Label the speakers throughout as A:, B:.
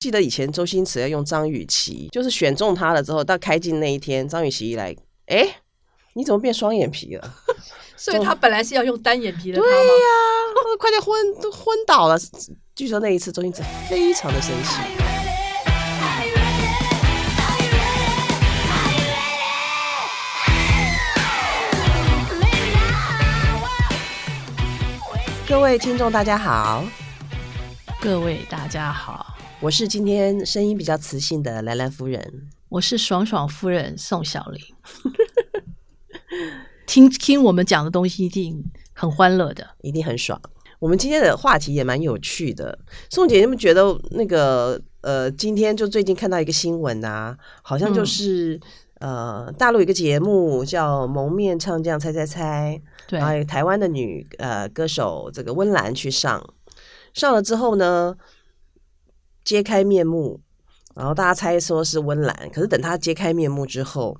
A: 记得以前周星驰要用张雨绮，就是选中他了之后，到开镜那一天，张雨绮一来，哎，你怎么变双眼皮了？
B: 所以他本来是要用单眼皮的他
A: 对呀、
B: 吗？
A: 快点昏都昏倒了。据说那一次周星驰非常的生气。各位听众，大家好，
C: 各位大家好，
A: 我是今天声音比较磁性的兰兰夫人。
C: 我是爽爽夫人宋小玲。 听听我们讲的东西一定很欢乐的，
A: 一定很爽。我们今天的话题也蛮有趣的，宋姐，你们觉得那个呃，今天就最近看到一个新闻啊，好像
B: 嗯
A: 就是、呃，大陆有一个节目叫《蒙面唱将猜猜猜》，
C: 对
A: 然，后有台湾的女呃歌手这个温岚去上，上了之后呢，揭开面目，然后大家猜说是温岚，可是等她揭开面目之后，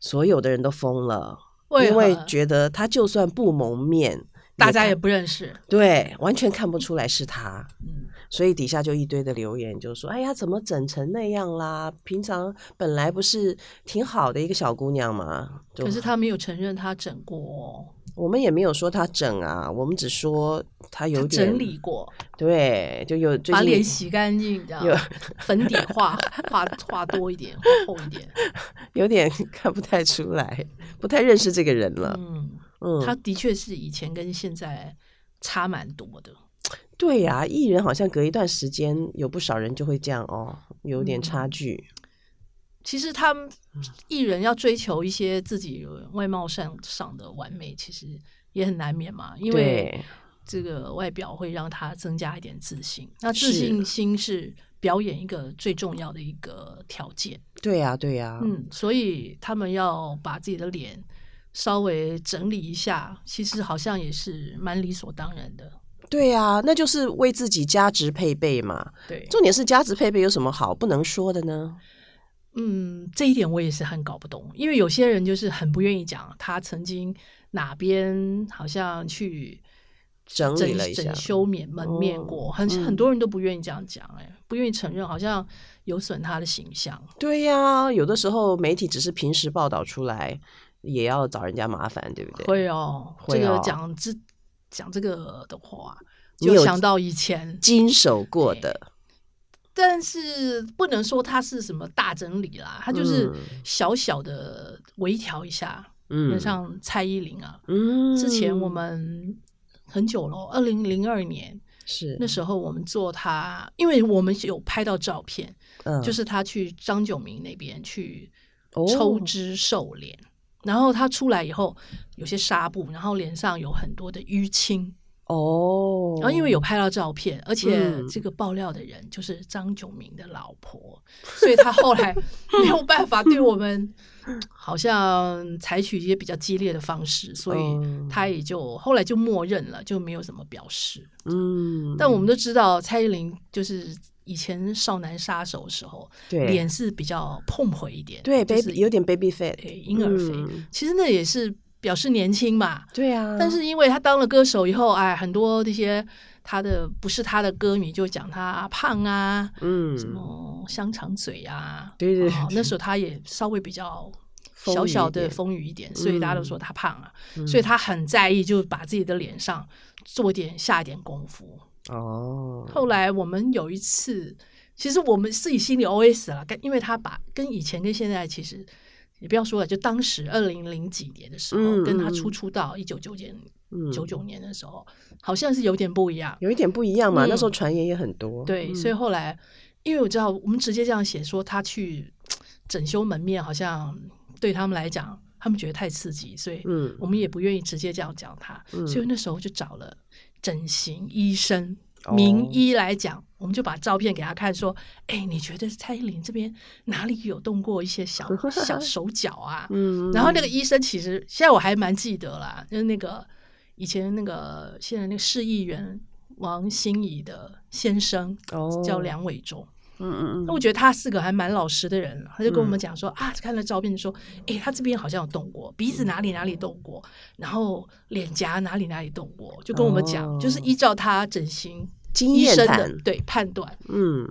A: 所有的人都疯了，因为
B: 何
A: 觉得她就算不蒙面。
B: 大家
A: 看
B: 也不认识，
A: 对，完全看不出来是他，
B: 嗯，
A: 所以底下就一堆的留言，就说：“哎呀，怎么整成那样啦？平常本来不是挺好的一个小姑娘嘛。就”
C: 可是他没有承认他整过哦，
A: 我们也没有说她整啊，我们只说她有
C: 他
A: 点
C: 整理，过，
A: 对，就有最
C: 把
A: 近
C: 脸洗干净，这样
A: 有
C: 粉底画画画多一点，厚一点。
A: 有点 看不太出来，不太认识这个人了。
C: 嗯，
A: 嗯，
C: 他的确是以前跟现在差蛮多的。
A: 对呀、艺人好像隔一段时间有不少人就会这样哦，有点
C: 嗯
A: 差距。
C: 其实他们艺人要追求一些自己外貌上上的完美，其实也很难免嘛，因为
A: 对
C: 这个外表会让他增加一点自信。那
A: 是
C: 自信心是表演一个最重要的一个条件，
A: 对呀、对呀、
C: 嗯，所以他们要把自己的脸稍微整理一下，其实好像也是蛮理所当然的。
A: 对呀、那就是为自己价值配备嘛。
C: 对，
A: 重点是价值配备有什么好不能说的呢？
C: 嗯，这一点我也是很搞不懂，因为有些人就是很不愿意讲他曾经哪边好像去
A: 整理
C: 整
A: 了一下
C: 整，修免门面过，很、
A: 嗯
C: 很多人都不愿意这样讲、哎，不愿意承认，好像有损他的形象。
A: 对呀、有的时候媒体只是平时报道出来，也要找人家麻烦，对不对？
C: 会哦，
A: 会
C: 这
A: 哦
C: 个讲这讲这个的话，
A: 你有
C: 就想到以前，
A: 经手过的，
C: 但是不能说他是什么大整理啦，他就是
A: 嗯
C: 小小的微调一下，
A: 嗯，
C: 像蔡依林啊，
A: 嗯，
C: 之前我们很久了，二零零二年
A: 是
C: 那时候我们做他，因为我们有拍到照片，
A: 嗯
C: 就是他去张九明那边去
A: 哦
C: 抽脂瘦脸，然后他出来以后有些纱布，然后脸上有很多的淤青，
A: 哦，
C: 然后因为有拍到照片，而且
A: 嗯
C: 这个爆料的人就是张九明的老婆，所以他后 来没有办法对我们好像采取一些比较激烈的方式，所以
A: 嗯
C: 他也就后来就默认了，就没有什么表示。
A: 嗯，
C: 但我们都知道，蔡依林就是以前少男杀手的时候，
A: 对
C: 脸是比较碰回一点，
A: 对
C: 就是
A: baby 有点 baby fat，
C: 对婴儿肥，
A: 嗯
C: 其实那也是表示年轻嘛。
A: 对啊，
C: 但是因为他当了歌手以后，哎，很多这些他的不是他的歌迷就讲他胖啊，
A: 嗯
C: 什么香肠嘴啊，
A: 对对对
C: 哦那时候他也稍微比较
A: 丰
C: 小
A: 腴
C: 小
A: 一
C: 的
A: 点
C: 丰腴一点，所以大家都说
A: 嗯
C: 他胖啊，所以他很在意，就把自己的脸上做点下一点功夫。
A: 哦，
C: 后来我们有一次，其实我们自己心里 OS 了，跟因为他把跟以前跟现在其实。你不要说了，就当时二零零几年的时候，
A: 嗯
C: 跟他
A: 嗯
C: 初出道一九九九
A: 嗯
C: 九九年的时候，好像是有点不一样。
A: 有一点不一样嘛，
C: 嗯
A: 那时候传言也很多，嗯
C: 对，所以后来，因为我知道我们直接这样写说他去整修门面，好像对他们来讲，他们觉得太刺激，所以
A: 嗯
C: 我们也不愿意直接这样讲他。
A: 嗯
C: 所以那时候就找了整形医生、
A: 哦
C: 名医来讲，我们就把照片给他看，说：“哎，你觉得蔡依林这边哪里有动过一 些小小手脚啊？”
A: 嗯，
C: 然后那个医生其实现在我还蛮记得啦，就是那个以前那个现在那个市议员王心怡的先生、
A: 哦
C: 叫梁伟忠，
A: 嗯嗯嗯，
C: 那我觉得他是个还蛮老实的人，他就跟我
A: 嗯
C: 们讲说、啊，看了照片说，诶，他这边好像有动过，鼻子哪里哪里动过，然后脸颊哪里哪里动过，就跟我们讲，
A: 哦
C: 就是依照他整形
A: 经
C: 医
A: 验
C: 生的
A: 谈，
C: 对判断。
A: 嗯，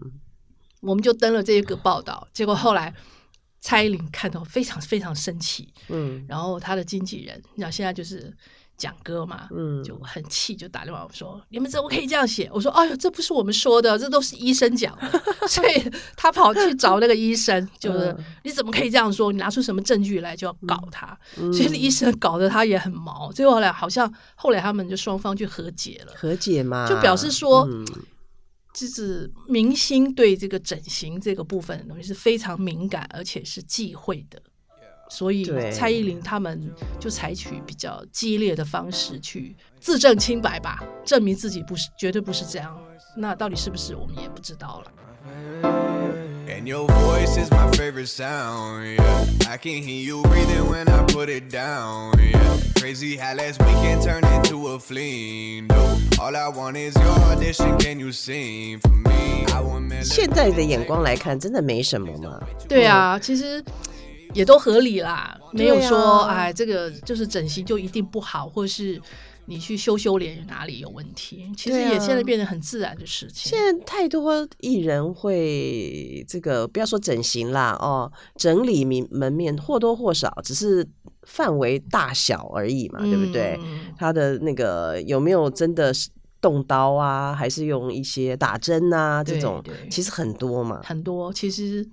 C: 我们就登了这个报道。结果后来蔡依林看到非常非常生气，
A: 嗯
C: 然后她的经纪人，然后现在就是蒋哥嘛，
A: 嗯，
C: 就很气，就打电话说：“你们怎么可以这样写？”我说：“哎呦，这不是我们说的，这都是医生讲的。” 所以他跑去找那个医生，就是
A: 嗯
C: 你怎么可以这样说？你拿出什么证据来就要搞他？
A: 嗯
C: 所以医生搞得他也很毛。最后后来好像后来他们就双方去和解了。
A: 和解嘛，
C: 就表示说
A: 啊嗯
C: 就是明星对这个整形这个部分的东西是非常敏感，而且是忌讳的，所以
A: 对
C: 蔡依林他们就采取比较激烈的方式去自证清白吧，证明自己不是绝对不是这样。那到底是不是我们也不知道了。
D: And your voice is my favorite sound. Yeah. I can hear you breathing when I put it down. Yeah. Crazy how last weekend turned into a fling. No, all I want is your audition. Can you sing for me? I want
A: 现在的眼光来看，真的没什么嘛，
C: 对啊，其实也都合理啦，没有
A: 对
C: 说
A: 啊
C: 哎、这个就是整形就一定不好，或是。你去修修脸哪里有问题？其实
A: 对啊
C: 也现在变得很自然的事情。
A: 现在太多艺人会这个，不要说整形啦，哦，整理门门面或多或少，只是范围大小而已嘛，对不对？
C: 嗯
A: 他的那个有没有真的是动刀啊，还是用一些打针啊这
C: 对
A: 种
C: 对，
A: 其实很多嘛。
C: 很多其实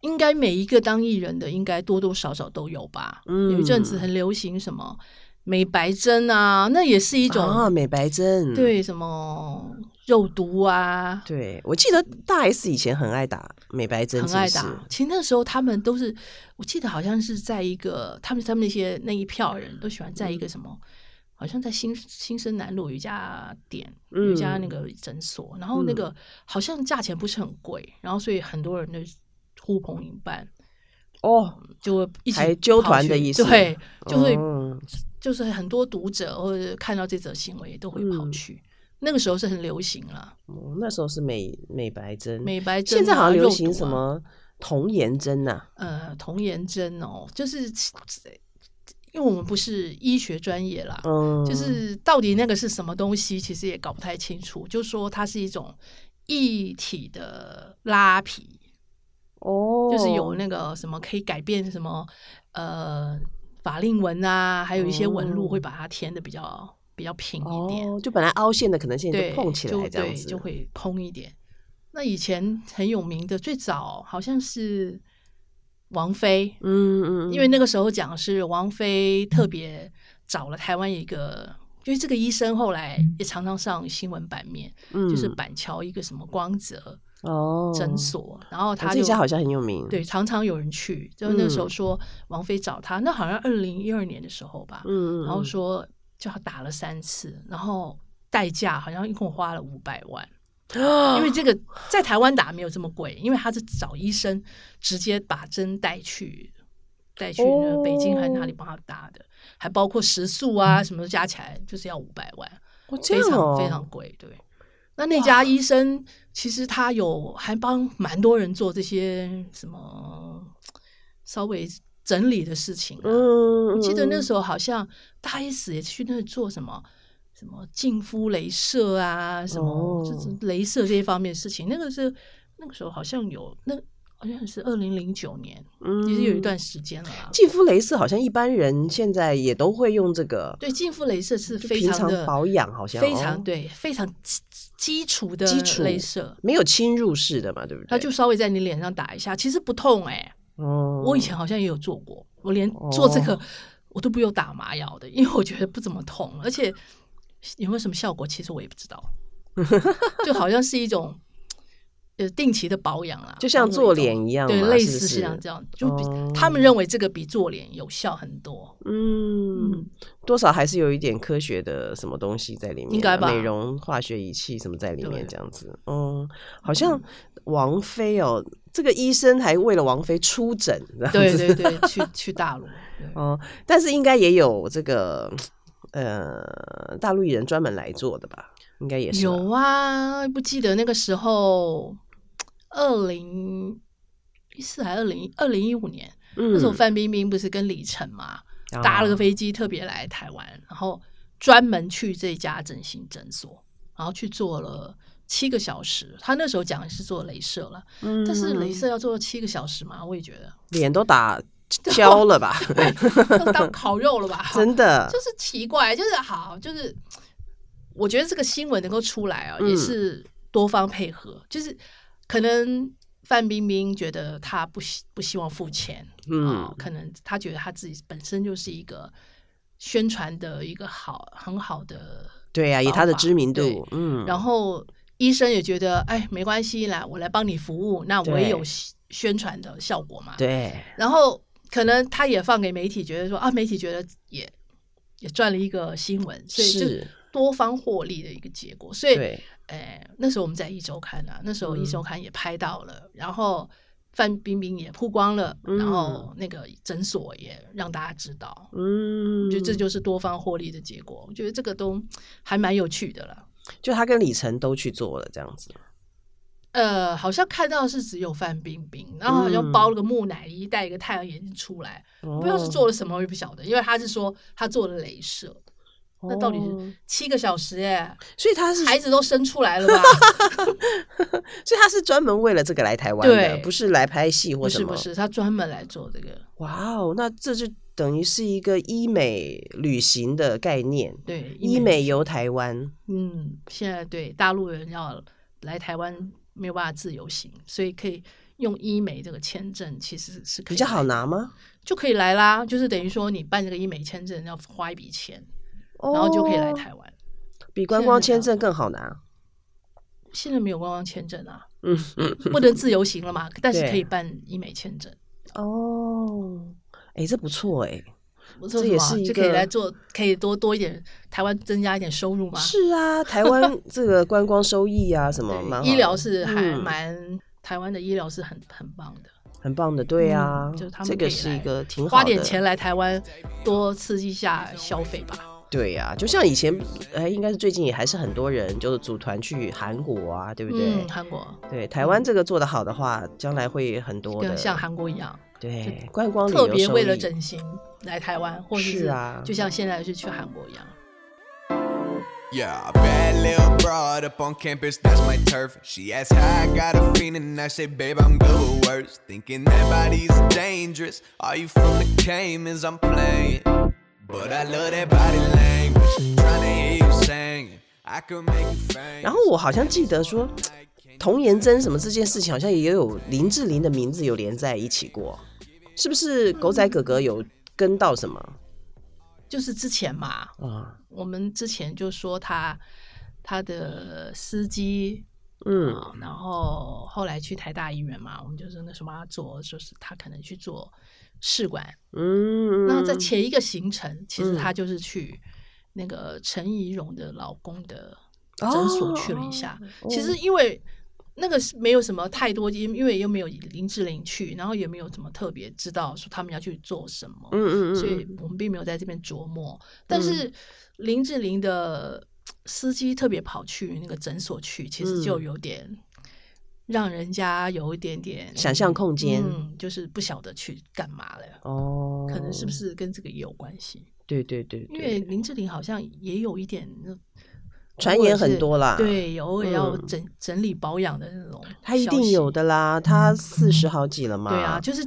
C: 应该每一个当艺人的应该多多少少都有吧。
A: 嗯
C: 有一阵子很流行什么美白针啊，那也是一种、
A: 啊，美白针，
C: 对什么肉毒啊，
A: 对，我记得大 S 以前很爱打美白针，
C: 很爱打。其实那时候他们都是，我记得好像是在一个他们他们那些那一票人都喜欢在一个什么。好像在新新生南路有一家店，有一家那
A: 嗯
C: 个诊所，然后那个好像价钱不是很贵，然后所以很多人就呼朋引伴，
A: 哦，
C: 就会一起
A: 还纠团的
C: 跑去
A: 意思
C: 对，就会、
A: 嗯
C: 就是很多读者或者看到这则新闻也都会
A: 嗯
C: 跑去。那个时候是很流行了，
A: 哦那时候是美美白针，
C: 美白针、啊、
A: 现在好像流行
C: 肉毒啊
A: 什么童颜针呐、
C: 呃童颜针哦，就是因为我们不是医学专业啦，
A: 嗯，
C: 就是到底那个是什么东西，其实也搞不太清楚。就说它是一种一体的拉皮，
A: 哦，
C: 就是有那个什么可以改变什么呃法令纹啊，还有一些纹路
A: 哦
C: 会把它填的比较比较平一点，
A: 哦，就本来凹陷的可能现在
C: 对，
A: 就碰起
C: 就
A: 来这样
C: 对
A: 子，
C: 就会蓬一点。那以前很有名的，最早好像是王菲，
A: 嗯嗯，嗯嗯
C: 因为那个时候讲是王菲特别找了台湾一个。因为这个医生后来也常常上新闻版面，就是
A: 嗯
C: 板桥一个什么光泽
A: 哦
C: 诊所，然后
A: 哦
C: 他
A: 这
C: 就
A: 家好像很有名，
C: 对，常常有人去。就是那个时候
A: 嗯
C: 说王菲找他，那好像二零一二年的时候吧，
A: 嗯，嗯，
C: 然后
A: 嗯
C: 说就他打了三次，然后代价好像一共花了五百万，
A: 哦嗯
C: 因为这个在台湾打没有这么贵，因为他是找医生直接把针带去带去那个北京还是
A: 哦
C: 哪里帮他打的，还包括食宿啊什么都加起来就是要五百万，
A: 哦嗯这
C: 非
A: 样
C: 常、
A: 哦
C: 非常贵，对。啊那那家医生其实他有还帮蛮多人做这些什么稍微整理的事情、啊，
A: 嗯，
C: 我
A: 嗯
C: 记得那时
A: 候
C: 候好像大 S 也去那里做什么什么净肤镭射啊，什么
A: 哦
C: 就是镭射这一方面的事情。那个是那个时候好像有那好像是二零零九年，其实有一段时间了啦。
A: 净嗯肤镭射好像一般人现在也都会用这个，
C: 对，净肤镭射是
A: 就
C: 非
A: 平
C: 常
A: 常
C: 的
A: 保养好像
C: 非
A: 哦
C: 常对非常基基础的
A: 基础
C: 镭射，
A: 没有侵入式的嘛，对不对？
C: 它就稍微在你脸上打一下，其实不痛哎、
A: 哦，
C: 我以前好像也有做过，我连做这个、
A: 哦
C: 我都不用打麻药的，因为我觉得不怎么痛，而且有没有什么效果，其实我也不知 道，就好像是一种呃定期的保养啦，
A: 就像做脸一样嘛
C: 对，
A: 是不
C: 类似
A: 是
C: 像这样，就比、
A: 哦
C: 他们认为这个比做脸有效很 多，
A: 嗯，多少还是有一点科学的什么东西在里面啊，
C: 应该吧
A: 美容化学仪器什么在里面
C: 对
A: 这样子。嗯，好像王菲哦，这个医生还为了王菲出诊，这样
C: 对
A: 子
C: 对对，去去大陆，对
A: 哦，但是应该也有这个呃大陆艺人专门来做的吧？应该也是吧
C: 有啊，不记得那个时候，二零一四还二零二零一五年，那时候
A: 嗯
C: 范冰冰不是跟李晨嘛，搭了个
A: 哦
C: 飞机特别来台湾，然后专门去这家整形诊所，然后去做了七个小时，他那时候讲是做镭射了，但是
A: 嗯
C: 镭射要做七个小时嘛，我也觉得
A: 脸都打焦了 吧，，
C: 要当烤肉了吧
A: 真的
C: 就，是奇怪，就是好，就是我觉得这个新闻能够出来啊，
A: 嗯
C: 也是多方配合，就是可能范冰冰觉得她不希不希望付钱，
A: 嗯
C: 啊，可能她觉得她自己本身就是一个宣传的一个好很好的，
A: 对啊呀，以他的
C: 方法
A: 知名
C: 对
A: 度，嗯，
C: 然后医生也觉得哎没关系啦，我来帮你服务，那我也
A: 对
C: 有宣传的效果嘛，
A: 对，
C: 然后可能他也放给媒体，觉得说啊，媒体觉得也也赚了一个新闻，所以就是多方获利的一个结果。所以，
A: 对，
C: 哎，那时候我们在一周刊啊，那时候
A: 嗯
C: 一周刊也拍到了，然后范冰冰也曝光了，
A: 嗯
C: 然后那个诊所也让大家知道。
A: 嗯，
C: 我觉得这就是多方获利的结果，我觉得这个都还蛮有趣的了。
A: 就他跟李晨都去做了这样子，
C: 呃，好像看到是只有范冰冰，然后好像
A: 嗯
C: 包了个木乃伊，戴一个太阳眼镜出来，
A: 不
C: 不知道是做了什么，我也不晓得，因为他是说他做了镭射，
A: 哦
C: 那到底是七个小时哎、
A: 所以他是，
C: 孩子都生出来了 吧？
A: 所以他是专门为了这个来台湾的，
C: 对
A: 不是来拍戏
C: 不
A: 或什
C: 是
A: 么。
C: 不是，他专门来做这个，
A: 哇哦，那这就等于是一个医美旅行的概念，
C: 对，
A: 医美，游台湾。
C: 嗯，现在对大陆人要来台湾没有办法自由行，所以可以用医美这个签证，其实是可以
A: 比较好
C: 来
A: 拿吗？
C: 就可以来啦，就是等于说你办这个医美签证要花一笔钱，
A: 然
C: 然后就可以来，台湾。
A: 哦比观光签证更好拿。
C: 现在没有观光签证啊，
A: 嗯，
C: 不能自由行了嘛，但是
A: 对
C: 可以办医美签证。
A: 哦，哎，这不错哎，
C: 我说
A: 这
C: 什
A: 也
C: 么
A: 是一
C: 就可以
A: 个
C: 来做，可以多多一点台湾增加一点收入嘛。
A: 是啊，台湾这个观光收益啊，什么
C: 对
A: 蛮好的
C: 医疗是还
A: 嗯
C: 蛮、台湾的医疗是很很棒的，
A: 很棒的，对啊
C: 嗯，就是他们
A: 这
C: 可
A: 个
C: 以
A: 是
C: 来
A: 一个挺好的，
C: 花点钱来台湾多刺激一下消费吧。
A: 对呀、就像以前，哎，应该是最近也还是很多人就是组团去韩国啊，对不对？
C: 嗯，韩国
A: 对，台湾这个做得好的话，将来会很多的
C: 跟像韩国一样，
A: 对观光旅游
C: 特别为了
A: 收益
C: 整形来台湾，或者
A: 是啊
C: 就像现在是去韩国一样。
D: Yeah, bad little broad up on campus, that's my turf. She asked how I got a feeling, and I said, babe, I'm good with words. Thinking that body's dangerous. Are you from the Caymans? I'm playing. But I love that body language. Trying to hear you sing. I could make you
A: 然
D: famous.
A: 后我好像记得说，童颜针什么这件事情，好像也有林志玲的名字有连在一起过，是不是？狗仔哥哥有跟到什么
C: 就是之前嘛，
A: 啊？
C: 我们之前就说他他的司机
A: 嗯，
C: 啊，然后后来去台大医院嘛，我们就是那时候帮他做，就是他可能去做试管。
A: 嗯，
C: 那在前一个行程，其实
A: 嗯
C: 他就是去那个陈怡蓉的老公的
A: 哦
C: 诊所去了一下。其实因为那个是没有什么太多，因因为又没有林志玲去，然后也没有怎么特别知道说他们要去做什么。
A: 嗯嗯嗯，嗯
C: 所以我们并没有在这边琢磨。但是林志玲的司机特别跑去那个诊所去，其实就
A: 嗯
C: 有点让人家有一点点
A: 想象空间
C: 嗯，就是不晓得去干嘛了。
A: 哦，
C: 可能是不？是跟这个也有关系？
A: 对对对，
C: 因
A: 对
C: 为林志玲好像也有一点那
A: 传言很多啦
C: 对，有偶尔要
A: 嗯
C: 整、整理保养的那种，
A: 他一定有。的啦，他四十好几了嘛，
C: 嗯对啊，就是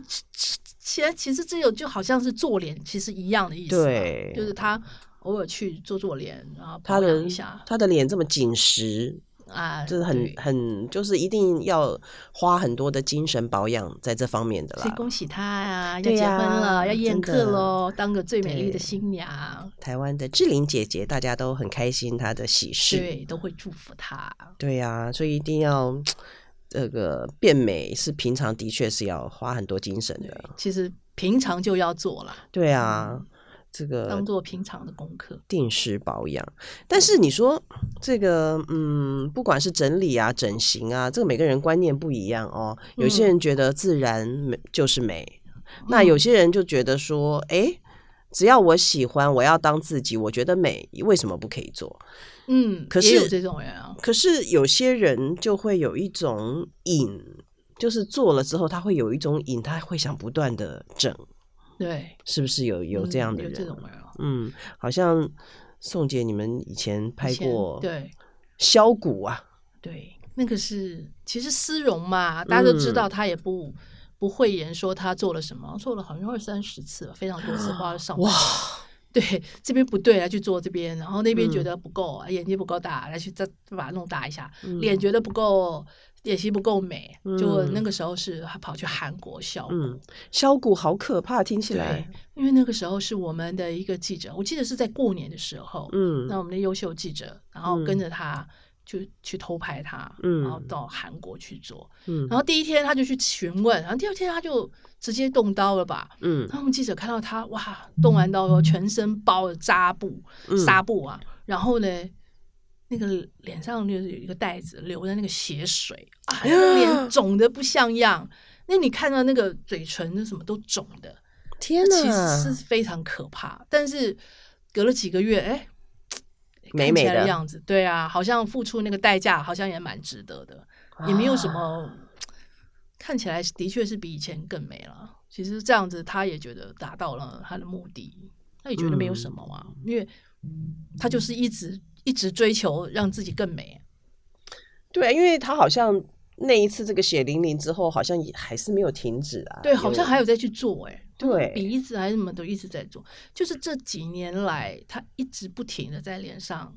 C: 其实其实这有就好像是做脸，其实一样的意思嘛。
A: 对
C: 就是他偶尔去做做脸，然后
A: 他
C: 保
A: 的
C: 养一下
A: 他的脸这么紧实，
C: 啊，
A: 就是很
C: 对
A: 很就是一定要花很多的精神保养在这方面的
C: 所以
A: 啦。
C: 恭喜他啊，要
A: 对
C: 结婚了，
A: 呀
C: 要宴
A: 真的
C: 客喽，当个最美丽
A: 对
C: 的新娘，
A: 台湾的志玲姐姐，大家都很开心她的喜事，
C: 对，都会祝福他。
A: 对呀、所以一定要这个变美是平常的确是要花很多精神
C: 对
A: 的，，
C: 其实平常就要做啦，
A: 对
C: 嗯
A: 啊，这
C: 当
A: 个
C: 做平常的功课。
A: 定时保养。但是你说这个，嗯，不管是整理啊、整形啊，这个每个人观念不一样哦。有些
C: 嗯
A: 人觉得自然美就是美，那有些人就觉得说，诶，只要我喜欢，我要当自己，我觉得美，为什么不可以做？
C: 嗯，
A: 可
C: 也有
A: 是
C: 这种人啊，
A: 可是有些人就会有一种瘾，就是做了之后，他会有一种瘾，他会想不断的整，
C: 对，
A: 是不是有有这
C: 嗯
A: 样的
C: 有
A: 人？
C: 这种人啊，
A: 嗯，好像宋姐你们以前
C: 以
A: 拍
C: 前
A: 过
C: 对，
A: 削骨啊，
C: 对，那个是其实丝绒嘛，大家都知
A: 嗯
C: 道，他也不、不讳言说他做了什么，做了好像二三十次吧，非常多次，花了上百
A: 哇，
C: 对，这边不对来去做这边，然后那边觉
A: 嗯
C: 得不够，眼睛不够大，来去再再把它弄大一下，脸觉得不够，脸型不够美，就
A: 嗯
C: 那个时候是还跑去韩国效果。
A: 嗯，削骨好可怕，听起
C: 对
A: 来，，
C: 因为那个时候是我们的一个记者，我记得是在过年的时候，
A: 嗯
C: 那我们的优秀记者，然后
A: 嗯
C: 跟着他就去偷拍他，
A: 嗯
C: 然后到韩国去做，
A: 嗯
C: 然后第一天他就去询问，然后第二天他就直接动刀了吧？
A: 嗯
C: 然后我们记者看到他哇，动完刀以后全身包了纱布，
A: 嗯
C: 纱布啊，然后呢，那个脸上就是有一个袋子流的那个血水啊，那个脸肿的不像样。那你看到那个嘴唇那什么都肿的，
A: 天
C: 那其实
A: 哪，
C: 是非常可怕。但是隔了几个月，哎，
A: 美
C: 看起
A: 美
C: 来
A: 的
C: 样子，对啊，好像付出那个代价好像也蛮值得的，也没有什么，
A: 啊
C: 看起来的确是比以前更美了。其实这样子，他也觉得达到了他的目的，他也觉得没有什
A: 嗯
C: 么啊，因为他就是一直一直追求让自己更美。
A: 对，因为他好像那一次这个血淋淋之后，好像也还是没有停止啊，
C: 对，好像
A: 有
C: 还有在去做哎、
A: 对
C: 鼻子还是什么都一直在做，就是这几年来，他一直不停的在脸上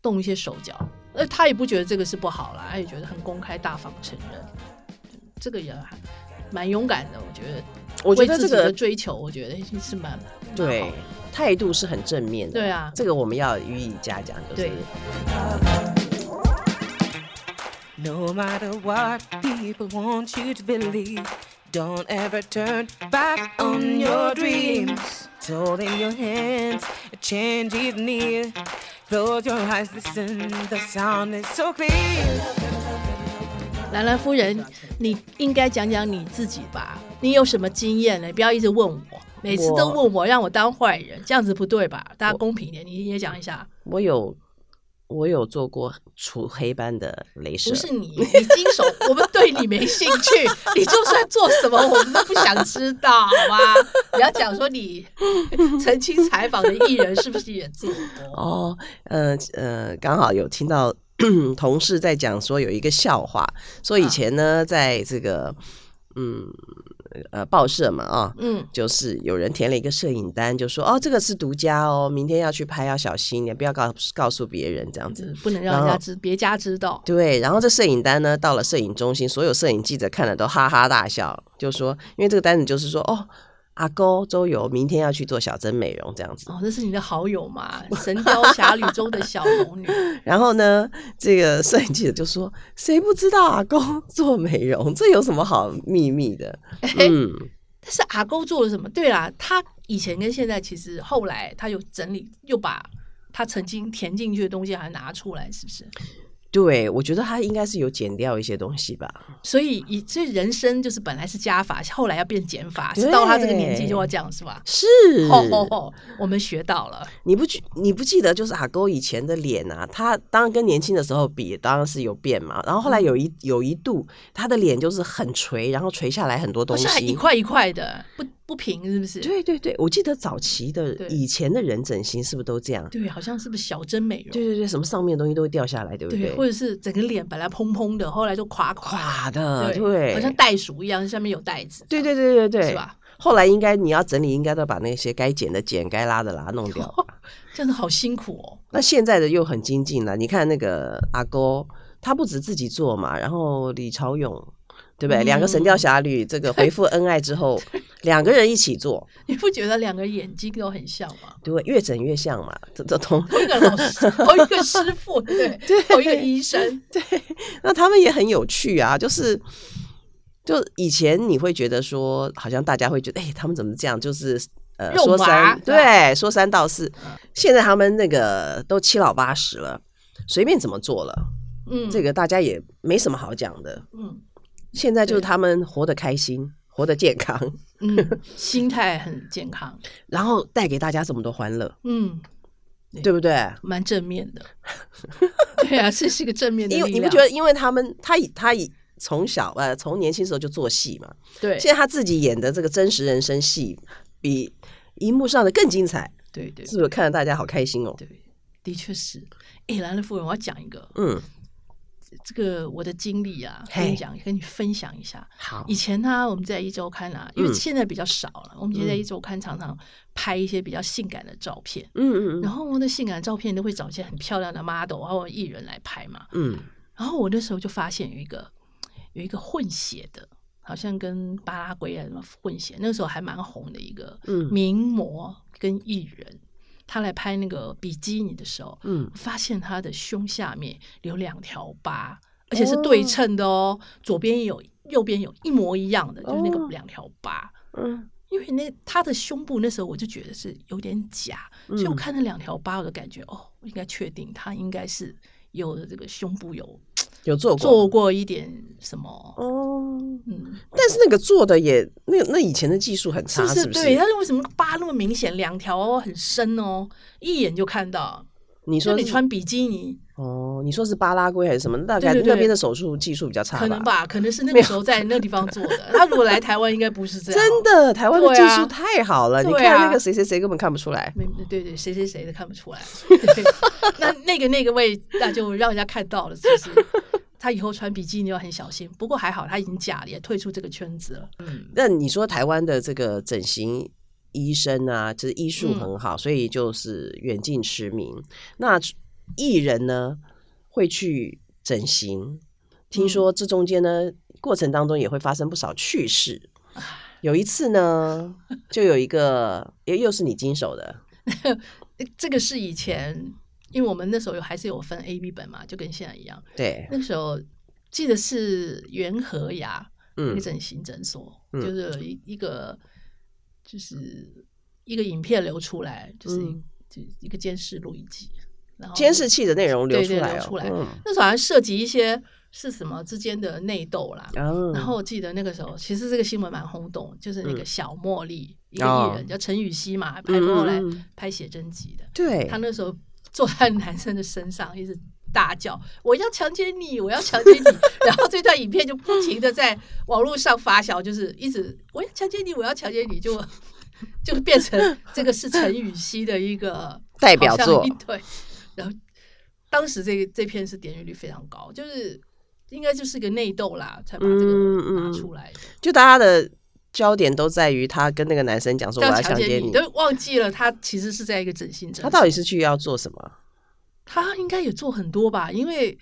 C: 动一些手脚，呃，他也不觉得这个是不好啦，他也觉得很公开大方承认，这个也还蛮勇敢的，我觉得。
A: 我觉得
C: 为自己
A: 这个
C: 的追求，我觉得是蛮蛮好
A: 对
C: 的
A: 态度是很正面的，
C: 对啊
A: 这个我们要予以嘉奖，就是
C: 对
E: No matter what people want you to believe, don't ever turn back on your dreams. Hold in your hands, a change is near. Close your eyes, listen, the sound is so clear.
C: 兰兰夫人，你应该讲讲你自己吧，你有什么经验呢？不要一直问我，每次都问我，让我当坏人，这样子不对吧？大家公平一点，你也讲一下。
A: 我有我有做过除黑斑的镭射，
C: 不是你，你经手，我们对你没兴趣，你就算做什么，我们都不想知道，好吗？ 不要讲说 你曾经采访的艺人是不是也做过？
A: 哦，呃呃，刚好有听到 同事在讲说有一个笑话，说以前呢，在这个嗯呃报社嘛啊。
C: 嗯，
A: 就是有人填了一个摄影单，就说哦，这个是独家哦，明天要去拍，要小心一点，不要告告诉别人这样子。
C: 不能让人家知，别家知道。
A: 对，然后这摄影单呢，到了摄影中心，所有摄影记者看了都哈哈大笑，就说，因为这个单子就是说，哦，阿勾周游明天要去做小针美容这样子。
C: 哦，那是你的好友 嘛，《神雕侠侣》中的小龙女。
A: 然后呢，这个摄影记者就说，谁不知道阿公做美容，这有什么好秘密 的？嗯，
C: 但是阿勾做了什么？对啦，他以前跟现在其实后来他有整理，又把他曾经填进去的东西还拿出来，是不是？
A: 对，我觉得他应该是有减掉一些东西吧。
C: 所以以所以人生就是本来是加法，后来要变减法，
A: 对
C: 是到他这个年纪就要这样是吧？
A: 是，
C: 吼吼吼！我们学到了，
A: 你不记你不记得就是阿勾以前的脸啊，他当然跟年轻的时候比，当然是有变嘛。然后后来有
C: 嗯
A: 一有一度，他的脸就是很垂，然后垂下来很多
C: 不
A: 东
C: 是还哦一
A: 西。
C: 块一块的，不不平是不是？
A: 对对对，我记得早期的
C: 对
A: 以前的人整形是不是都这样？
C: 对，好像是不是小针美容？
A: 对对对，什么上面的东西都会掉下来，对不
C: 对，或者是整个脸本来蓬蓬的，后来就垮垮
A: 垮的，
C: 对，
A: 对，
C: 好像袋鼠一样，下面有袋子，
A: 对对对对对，
C: 是吧？
A: 后来应该你要整理，应该都把那些该剪的剪，该拉的拉弄 掉
C: 哦
A: 吧。
C: 这样子好辛苦哦。
A: 那现在的又很精进了，你看那个阿勾，他不止自己做嘛，然后李朝勇，对不对？
C: 嗯
A: 两个《神雕侠侣》这个回复恩爱之 后，两个人一起做，
C: 你不觉得两个眼睛都很像吗？
A: 对不对？越整越像嘛，这这同
C: 同一个 老师，同一个师傅，对，同一个医生，
A: 那他们也很有趣啊，就是。就以前你会觉得说，好像大家会觉得，哎、他们怎么这样？就是呃，
C: 肉
A: 说
C: 麻
A: 三
C: 是吧
A: 对，说三道四。现在他们那个都七老八十了，随便怎么做了，
C: 嗯，
A: 这个大家也没什么好讲的。
C: 嗯
A: 现在就是
C: 对
A: 他们活得开心，活得健康，
C: 嗯，心态很健康，
A: 然后带给大家这么多欢乐，
C: 嗯，对
A: 对不对？
C: 蛮正面 的，对啊，这是个正面的
A: 因为
C: 力
A: 你
C: 量，
A: 不觉得，因为他们他以他以从小呃从年轻时候就做戏嘛，
C: 对
A: 现在他自己演的这个真实人生戏比荧幕上的更精彩，
C: 对对
A: 是不是看得大家好开心哦？
C: 对，的确是。哎，兰兰夫人，我要讲一个，
A: 嗯
C: 这个我的经历啊，
A: 嘿
C: 跟你讲，跟你分享一下。
A: 好嗯
C: 以前呢、我们在一周刊啊，因为现在比较少了，我们以前在一周刊常常拍一些比较性感的照片，
A: 嗯嗯
C: 然后那性感的照片都会找一些很漂亮的 model 还有艺人来拍嘛。
A: 嗯
C: 然后我那时候就发现有一个有一个混血的，好像跟巴拉圭啊什么混血，那个时候还蛮红的一个
A: 嗯
C: 名模跟艺人，他来拍那个比基尼的时候，
A: 嗯
C: 发现他的胸下面有两条疤，而且是对称的哦，左边有，右边有一模一样的，就是那个
A: 哦
C: 两条疤。
A: 嗯
C: 因为那他的胸部那时候我就觉得是有点假，
A: 嗯
C: 所以我看那两条疤，我就感觉哦，我应该确定他应该是有这个胸部有
A: 有做过
C: 做过一点什么，
A: 哦，
C: 嗯，
A: 但是那个做的也那那以前的技术很
C: 是
A: 差，
C: 不
A: 是
C: 是？对，他为什么疤那么明显，两条哦，很深哦，一眼就看到。
A: 你
C: 你说
A: 说
C: 你
A: 是
C: 穿比基尼，
A: 哦，你说是巴拉圭还是什么？大概
C: 对对对
A: 那边的手术技术比较差
C: 可能？吧，可能是那个时候在那地方做 的。他如果来台湾，应该不是这样。哦
A: 真，的，台湾的
C: 对
A: 技
C: 啊
A: 术太好了，你
C: 对
A: 看
C: 啊
A: 那个谁谁谁根本看不出来。
C: 没对对，谁谁谁都看不出来。 对那那个那个位，那就让人家看到了，其实。他以后穿比基尼要很小心，不过还好他已经嫁了，也退出这个圈子了。
A: 那你说台湾的这个整形医生啊，就是医
C: 嗯
A: 术很好，所以就是远近驰名。那艺人呢会去整形，
C: 嗯
A: 听说这中间呢过程当中也会发生不少趣事。有一次呢，就有一个，也又是你经手的，
C: 诶这个是以前，因为我们那时候有还是有分 A、B 本嘛，就跟现在一样。
A: 对，
C: 那个时候记得是元和牙一
A: 嗯
C: 个整形诊所，
A: 嗯
C: 就是有一一个就是一个影片流出来，就是、
A: 嗯
C: 就一个监视录影机，然后
A: 监视器的内容流
C: 对
A: 出
C: 对
A: 来、哦，
C: 流出来
A: 嗯，
C: 那时候好像涉及一些是什么之间的内斗啦。
A: 嗯
C: 然后我记得那个时候，其实这个新闻蛮轰动，就是那
A: 嗯
C: 个小茉莉，一个
A: 哦
C: 艺人叫陈雨希嘛，拍过后来
A: 嗯嗯嗯
C: 拍写真集的。
A: 对
C: 她，那时候坐在男生的身上，一直大叫：“我要强奸你，我要强奸你！” 然后这段影片就不停的在网络上发酵，就是一直“我要强奸你，我要强奸你”，就 就变成这个是陈雨希的一个
A: 代表作
C: 好像一对，然后当时这这篇是点阅率非常高，就是应该就是个内斗啦，才把这
A: 嗯
C: 个
A: 嗯
C: 拿出来的。
A: 就大家的焦点都在于他跟那个男生讲说我
C: 要
A: 要
C: 强
A: 强奸
C: 你，都忘记了他其实是在一个整形诊所。
A: 他到底是去要做什么？
C: 他应该也做很多吧，因为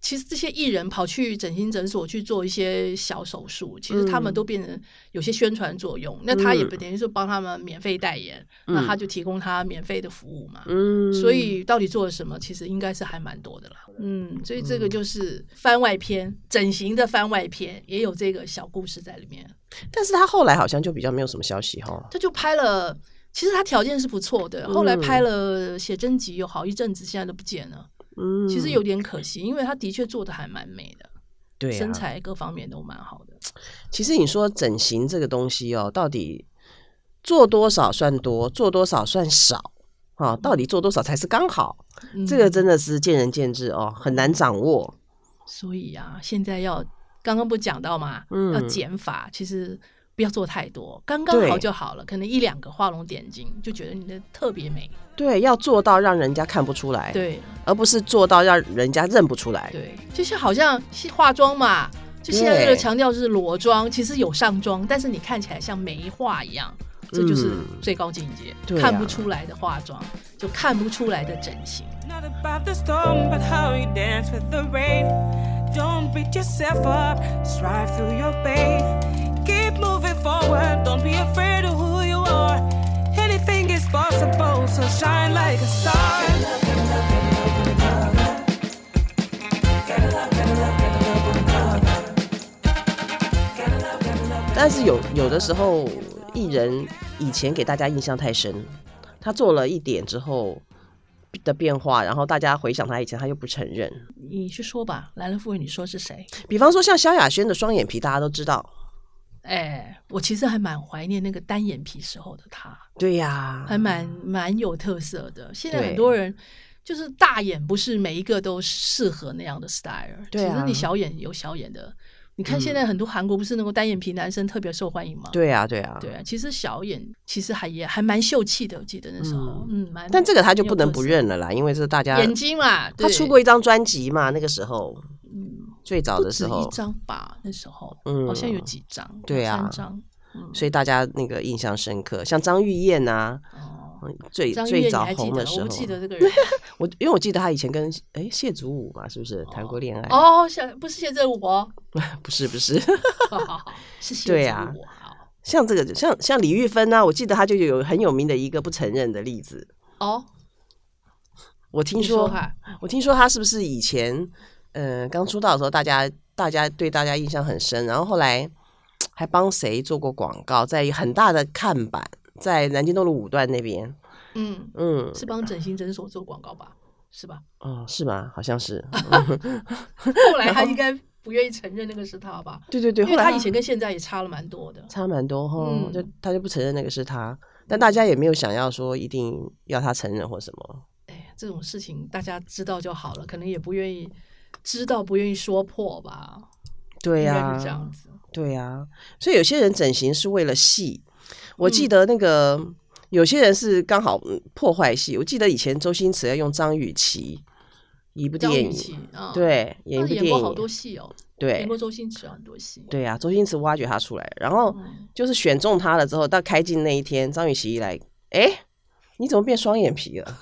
C: 其实这些艺人跑去整形诊所去做一些小手术，其实他们
A: 嗯
C: 都变成有些宣传作用。那他也
A: 嗯
C: 等于是帮他们免费代言，那他就提供他免费的服务嘛。
A: 嗯，
C: 所以到底做了什么，其实应该是还蛮多的啦。嗯，所以这个就是番外篇，整形的番外篇也有这个小故事在里面。
A: 但是他后来好像就比较没有什么消息哈。
C: 他就拍了，其实他条件是不错的，后来拍了写真集有好一阵子，现在都不见了。
A: 嗯，
C: 其实有点可惜，因为她的确做的还蛮美的，
A: 对、啊、
C: 身。材各方面都蛮好的。
A: 其实你说整形这个东西哦，到底做多少算多，做多少算少啊？到底做多少才是刚好？
C: 嗯
A: 这个真的是见仁见智哦，很难掌握。
C: 所以啊，现在要刚刚不讲到嘛，
A: 嗯
C: 要减法，其实不要做太多，刚刚好就好了，可能一两个画龙点睛，就觉得你的特别美。
A: 对，要做到让人家看不出来，
C: 对
A: 而不是做到让人家认不出来。
C: 对，就是好像是化妆嘛。就现在为了
A: 对
C: 强调是裸妆，其实有上妆，但是你看起来像没化一样，这就是
A: 嗯
C: 最高境界，
A: 对啊
C: 看不出来的化妆，就看不出来的整形。
E: Not about the storm, but how you dance with the rain. Don't beat yourself up, strive through your pain. Keep moving forward, don't be afraid of who you are. Anything is possible, so shine like a star.
A: 但是有有的时候，艺人以前给大家印象太深，他做了一点之后的变化，然后大家回想他以前，他又不承认。
C: 你去说吧，来了夫人，你说是谁？
A: 比方说像萧亚轩的双眼皮，大家都知道，
C: 哎，我其实还蛮怀念那个单眼皮时候的他，
A: 对呀、
C: 还蛮蛮有特色的。现在
A: 哦对
C: 很多人就是大眼，不是每一个都适合那样的 style。
A: 对啊嗯
C: 其实你小眼有小眼的。你看现在很多韩国不是能够单眼皮男生特别受欢迎吗？
A: 对呀、对呀、
C: 对啊，其实小眼其实还也还蛮秀气的，我记得那时候，嗯，蛮。
A: 但这个他就
C: 蛮
A: 不
C: 有
A: 能啊
C: 特色
A: 不认了啦，因为是大家
C: 眼睛嘛，
A: 他
C: 对
A: 出过一张专辑嘛，那个时候最早
C: 不
A: 的时
C: 止
A: 候
C: 一，张吧，那时候，
A: 嗯
C: 好像有几张，
A: 对啊
C: 三张，嗯，
A: 所以大家那个印象深刻，像张玉燕啊，
C: 哦，
A: 嗯最
C: 张玉
A: 最
C: 燕你
A: 早
C: 还记
A: 红
C: 得
A: 的？时
C: 我
A: 候
C: 不，记 得这个人
A: 我因为我记得她以前跟哎谢祖武嘛，是不是谈过恋爱？
C: 哦，想不是谢振武哦，
A: 不是不是，
C: 好好好是谢振武，
A: 对啊
C: 好
A: 像这个像像李玉芬啊，我记得她就有很有名的一个不承认的例子。
C: 哦，
A: 我听
C: 你说
A: 说，
C: 哈，
A: 我听说她是不是以前呃刚出道的时候，大家大家对大家印象很深，然后后来还帮谁做过广告，在很大的看板，在南京东路五段那边，
C: 嗯，
A: 嗯
C: 是帮整形诊所做广告吧？是吧？
A: 哦是吗？好像是，
C: 啊后来他应该不愿意承认那个是他吧？
A: 对对对，
C: 因
A: 后
C: 为
A: 来
C: 他以前跟现在也差了蛮多的。
A: 差蛮多哈，
C: 嗯
A: 就他就不承认那个是他，但大家也没有想要说一定要他承认或什么，
C: 哎，这种事情大家知道就好了，可能也不愿意知道，不愿意说破吧？
A: 对呀、
C: 应该是这样子。
A: 对呀、所以有些人整形是为了戏。我
C: 嗯
A: 记得那个、有些人是刚好嗯破坏戏。我记得以前周星驰要用张雨绮一部
C: 张
A: 电
C: 雨
A: 影，
C: 绮啊，，
A: 对，演一
C: 他
A: 部
C: 演
A: 电
C: 过好多
A: 影，
C: 戏哦，演
A: 对
C: 过周星驰很多戏。
A: 对呀、啊周星驰挖掘他出来，然后
C: 嗯，
A: 就是选中他了之后，到开镜那一天，张雨绮一来，哎，你怎么变双眼皮了？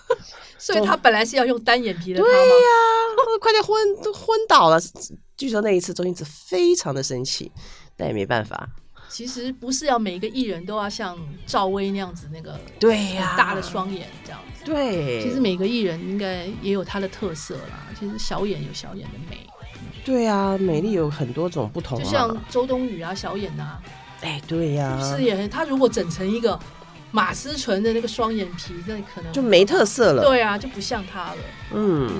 C: 所以他本来是要用单眼皮的他
A: 对
C: 吗？
A: 呀、 快点昏都昏倒了。据说那一次周星驰非常的生气，但也没办法。
C: 其实不是要每一个艺人都要像赵薇那样子那个
A: 对
C: 很
A: 呀、
C: 大的双眼这样子。
A: 对，
C: 其实每个艺人应该也有他的特色啦。其实小眼有小眼的美，
A: 对啊，美丽有很多种不同、啊，
C: 就像周冬雨啊，小眼啊，
A: 哎，对呀、
C: 是也很。他如果整成一个马思纯的那个双眼皮，那可能
A: 就没特色了。
C: 对啊，就不像他了。
A: 嗯，